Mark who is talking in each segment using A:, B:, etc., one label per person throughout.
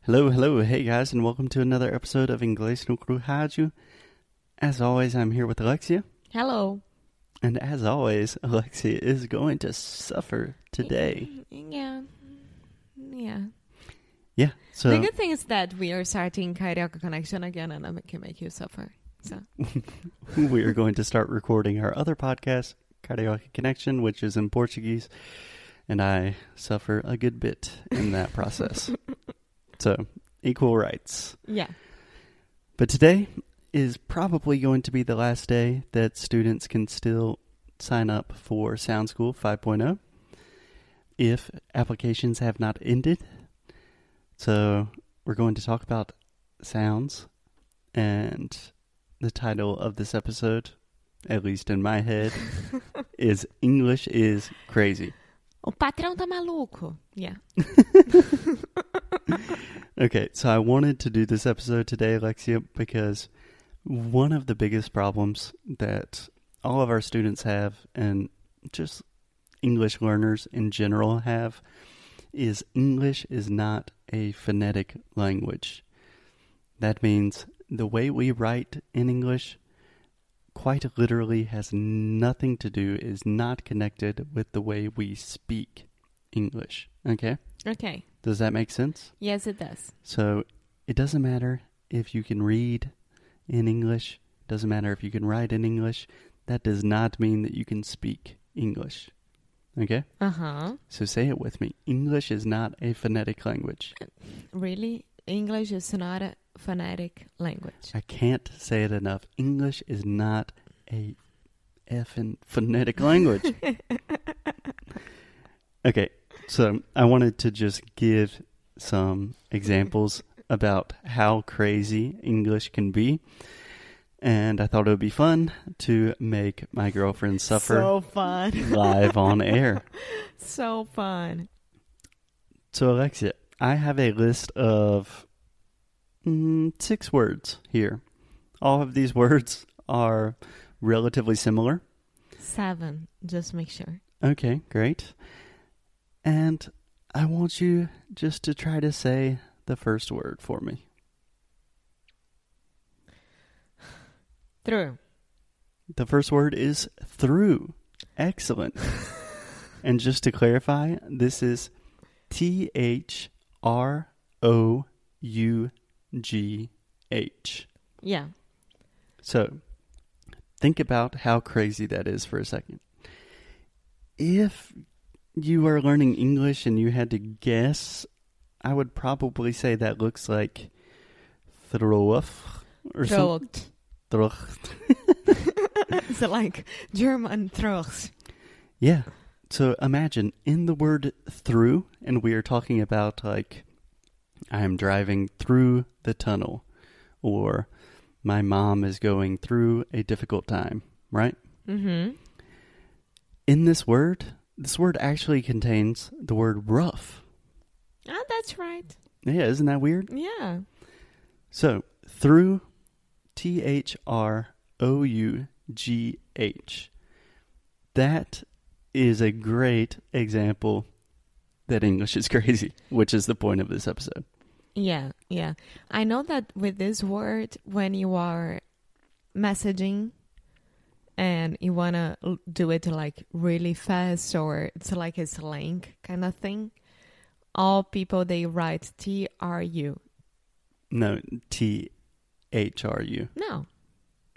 A: Hello, hello, hey guys, and welcome to another episode of Inglês no Rádio. As always, I'm here with Alexia,
B: Hello.
A: and as always, Alexia is going to suffer today.
B: Yeah. Yeah.
A: Yeah,
B: the
A: so
B: good thing is that we are starting Karaoke Connection again and I can make you suffer. So
A: we are going to start recording our other podcast, Carioca Connection, which is in Portuguese, and I suffer a good bit in that process. so, equal rights.
B: yeah.
A: But today is probably going to be the last day that students can still sign up for Sound School 5.0 if applications have not ended. So we're going to talk about sounds and the title of this episode, at least in my head, is English is Crazy.
B: O
A: Oh,
B: patrão tá maluco. Yeah.
A: Okay, so I wanted to do this episode today, Alexia, because one of the biggest problems that all of our students have, and just English learners in general have, is English is not a phonetic language. That means the way we write in English quite literally has nothing to do, is not connected with the way we speak English. Okay?
B: Okay.
A: Does that make sense?
B: Yes it does.
A: So it doesn't matter if you can read in English, doesn't matter if you can write in English. That does not mean that you can speak English. Okay?
B: Uh-huh.
A: So say it with me. English is not a phonetic language.
B: Really? English is not a phonetic language.
A: I can't say it enough. English is not a effing phonetic language. okay, so I wanted to just give some examples about how crazy English can be. And I thought it would be fun to make my girlfriend suffer
B: So fun.
A: live on air.
B: so fun.
A: So, Alexia, I have a list of mm, six words here. All of these words are relatively similar.
B: Seven. Just make sure.
A: Okay, great. And I want you just to try to say the first word for me.
B: Through.
A: The first word is through. Excellent. and just to clarify, this is T H R O U G H.
B: Yeah.
A: So, think about how crazy that is for a second. If you are learning English and you had to guess, I would probably say that looks like throff or something.
B: Throat. so like German throats.
A: Yeah. So imagine in the word through, and we are talking about like, I am driving through the tunnel, or my mom is going through a difficult time, right?
B: Mm-hmm.
A: in this word, this word actually contains the word rough.
B: Ah, that's right.
A: Yeah, isn't that weird?
B: Yeah.
A: So, through T H R O U G H. That is a great example that English is crazy, which is the point of this episode.
B: Yeah, yeah. I know that with this word, when you are messaging and you want to do it like really fast or it's like a slang kind of thing, all people they write T R U.
A: No, T H R U.
B: No,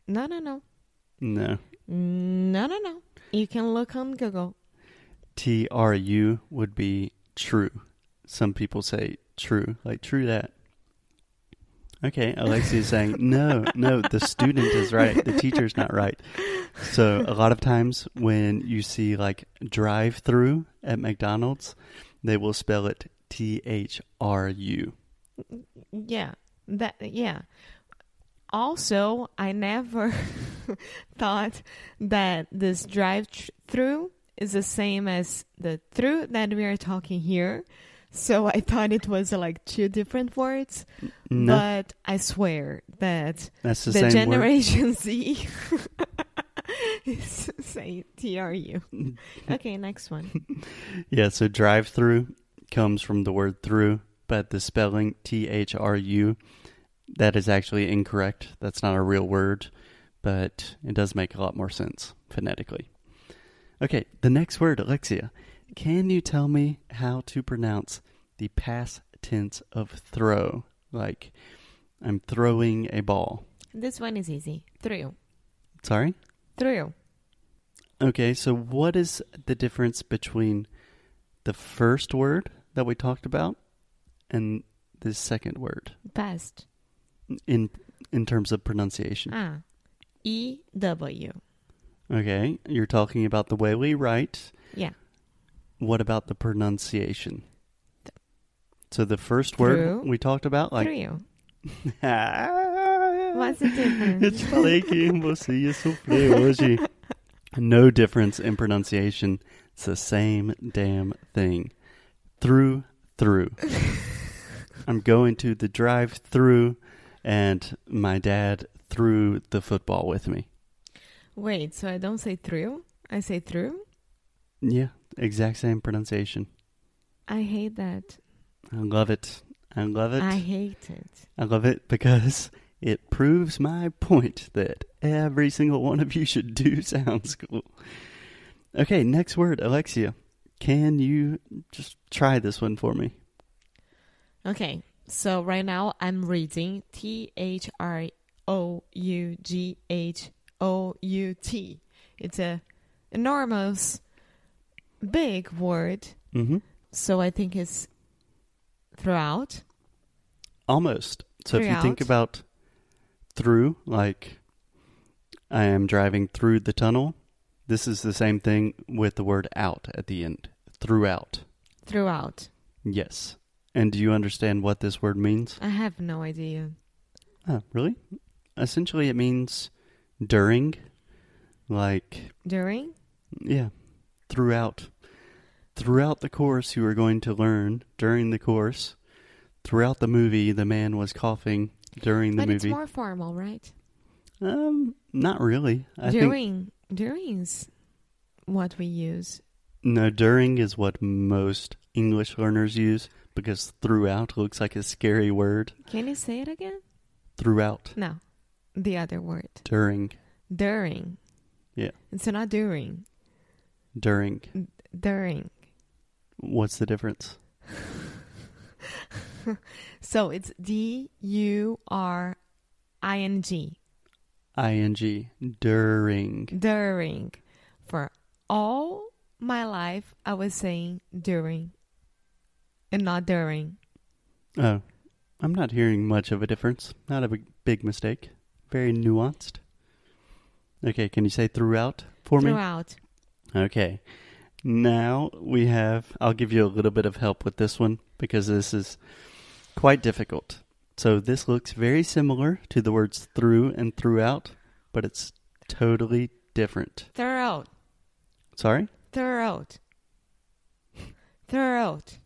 B: no, no, no,
A: No,
B: no, no, no. You can look on Google.
A: T R U would be true. Some people say true, like true that. Okay, Alexia is saying, no, no, the student is right. The teacher's not right. So, a lot of times when you see like drive through at McDonald's, they will spell it T H R U.
B: Yeah, that yeah. Also, I never thought that this drive-through is the same as the through that we are talking here. So I thought it was like two different words,
A: No,
B: but I swear that
A: that's the,
B: the
A: same
B: Generation Z is saying TRU.
A: word.
B: Okay, next one.
A: Yeah, so drive through comes from the word through, but the spelling T H R U, that is actually incorrect. That's not a real word, but it does make a lot more sense phonetically. Okay, the next word, Alexia. Can you tell me how to pronounce the past tense of throw? Like, I'm throwing a ball.
B: This one is easy. Through.
A: Sorry?
B: Through.
A: Okay, so what is the difference between the first word that we talked about and the second word
B: Past.
A: in in terms of pronunciation?
B: Ah. E W.
A: Okay, you're talking about the way we write.
B: Yeah.
A: What about the pronunciation? So the first word
B: Through.
A: we talked about, like,
B: Through.
A: what's
B: What's the difference?
A: Eu te falei que você ia sofrer hoje. No difference in pronunciation. It's the same damn thing. Through, through. I'm going to the drive through, and my dad threw the football with me.
B: Wait, so I don't say through? I say through?
A: Yeah, exact same pronunciation.
B: I hate that.
A: I love it. I love it.
B: I hate it.
A: I love it because it proves my point that every single one of you should do sound school. Okay, next word, Alexia. Can you just try this one for me?
B: Okay, so right now I'm reading T H R O U G H O U T. It's a enormous, big word.
A: Mm-hmm.
B: So I think it's throughout.
A: Almost. So if you think
B: Throughout.
A: about through, like I am driving through the tunnel, this is the same thing with the word out at the end. Throughout.
B: Throughout.
A: Yes. And do you understand what this word means?
B: I have no idea.
A: Oh, really? Essentially, it means during, like,
B: During?
A: yeah, throughout. Throughout the course, you were going to learn during the course. Throughout the movie, the man was coughing during the
B: but it's
A: movie.
B: more formal, right?
A: um, not really. I think
B: during. During is what we use.
A: no. During is what most English learners use because throughout looks like a scary word.
B: Can you say it again?
A: Throughout,
B: No. The other word.
A: during,
B: During.
A: Yeah.
B: It's not during.
A: during.
B: During.
A: What's the difference?
B: So it's D U R I N G.
A: Ing during.
B: During. For all my life, I was saying during and not during.
A: Oh, I'm not hearing much of a difference. Not a big, big mistake. Very nuanced. Okay, can you say throughout for
B: Throughout.
A: me? Okay. Now we have, I'll give you a little bit of help with this one because this is quite difficult. So this looks very similar to the words through and throughout, but it's totally different.
B: Throughout.
A: Sorry?
B: Throat. Throat.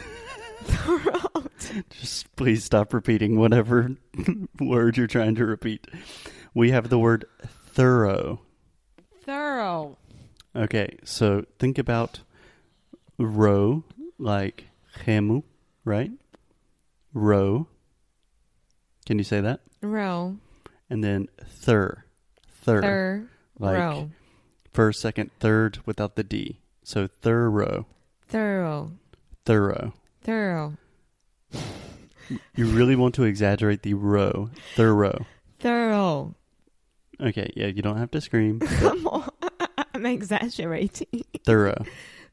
B: Throat.
A: Just please stop repeating whatever word you're trying to repeat. We have the word thorough.
B: Thorough.
A: Okay, so think about row like hemu, right? Row. Can you say that?
B: Row.
A: And then thir, thir,
B: Thir.
A: like
B: row.
A: first, second, third without the d. So thorough,
B: Thorough.
A: thorough.
B: Thorough.
A: You really want to exaggerate the row, thorough.
B: Thorough.
A: Okay, yeah, you don't have to scream. but
B: Come on. I'm exaggerating.
A: thorough,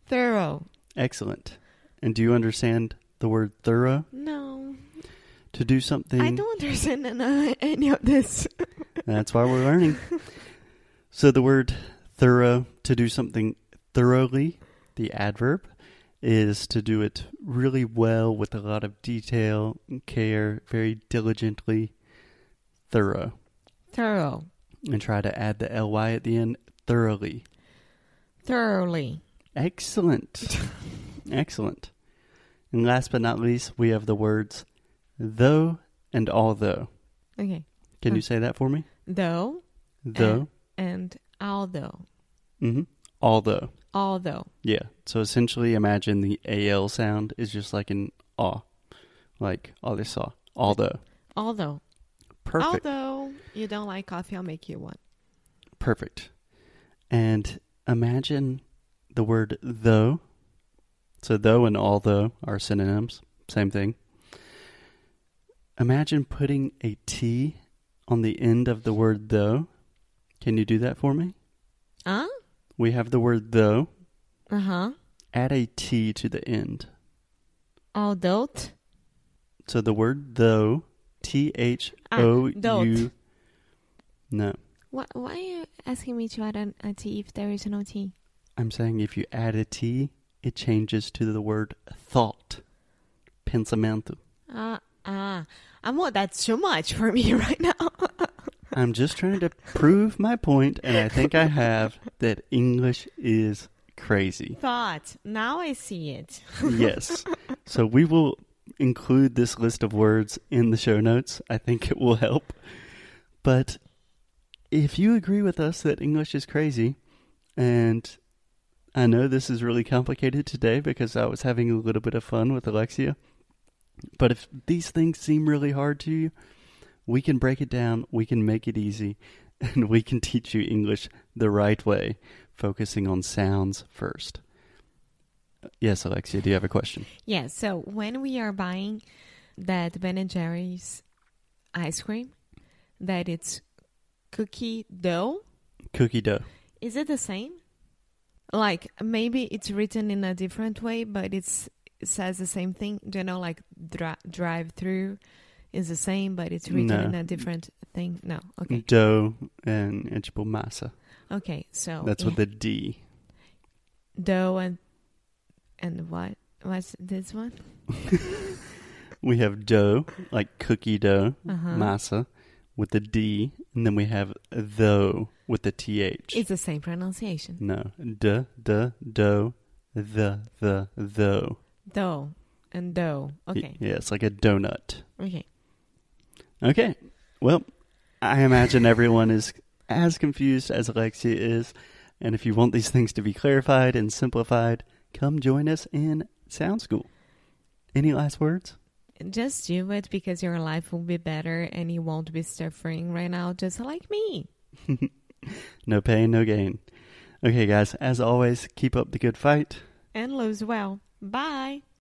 B: Thorough.
A: excellent. And do you understand the word thorough?
B: No.
A: To do something.
B: I don't understand an- uh, any of this.
A: That's why we're learning. so the word thorough to do something thoroughly, the adverb is to do it really well with a lot of detail and care, very diligently, thorough.
B: Thorough.
A: And try to add the ly at the end, thoroughly.
B: Thoroughly.
A: Excellent. Excellent. And last but not least, we have the words though and although.
B: Okay.
A: Can you
B: Mm.
A: say that for me?
B: Though
A: Though.
B: and although.
A: hmm Although.
B: Although.
A: Yeah. So essentially, imagine the AL sound is just like an ah, like all they saw. Although,
B: Although,
A: perfect,
B: although you don't like coffee, I'll make you one.
A: perfect. And imagine the word though. So though and although are synonyms, same thing. Imagine putting a T on the end of the word though. Can you do that for me?
B: Huh?
A: We have the word though.
B: Uh huh.
A: Add a T to the end.
B: Although. t-
A: So the word though, T H O U.
B: don't.
A: No,
B: Why, why are you asking me to add an, a T if there is no T?
A: I'm saying if you add a T, it changes to the word thought. Pensamento.
B: Ah, ah. I'm well, that's too much for me right now.
A: I'm just trying to prove my point, and I think I have that English is crazy.
B: Thought. Now I see it.
A: Yes. So we will include this list of words in the show notes. I think it will help. But if you agree with us that English is crazy, and I know this is really complicated today because I was having a little bit of fun with Alexia, but if these things seem really hard to you, we can break it down, we can make it easy, and we can teach you English the right way, focusing on sounds first. Yes, Alexia, do you have a question?
B: Yeah, so when we are buying that Ben and Jerry's ice cream, that it's cookie dough,
A: Cookie dough.
B: is it the same? Like maybe it's written in a different way, but it's it says the same thing. Do you know, like dri- drive through is the same, but it's written
A: No. Mm.
B: in a different thing. No, okay,
A: Dough and edible masa.
B: okay. So
A: That's what the D.
B: dough and and what what's this one?
A: We have dough, like cookie dough,
B: Uh-huh.
A: masa, with the D, and then we have though with the TH.
B: It's the same pronunciation.
A: no. D, D, dough, the, the, though.
B: Dough and dough. Okay,
A: Yeah, it's like a donut.
B: okay.
A: Okay. Well, I imagine everyone is as confused as Alexia is. And if you want these things to be clarified and simplified, come join us in Sound School. Any last words?
B: Just do it because your life will be better and you won't be suffering right now, just like me.
A: No pain, no gain. Okay, guys, as always, keep up the good fight.
B: And lose well. Bye.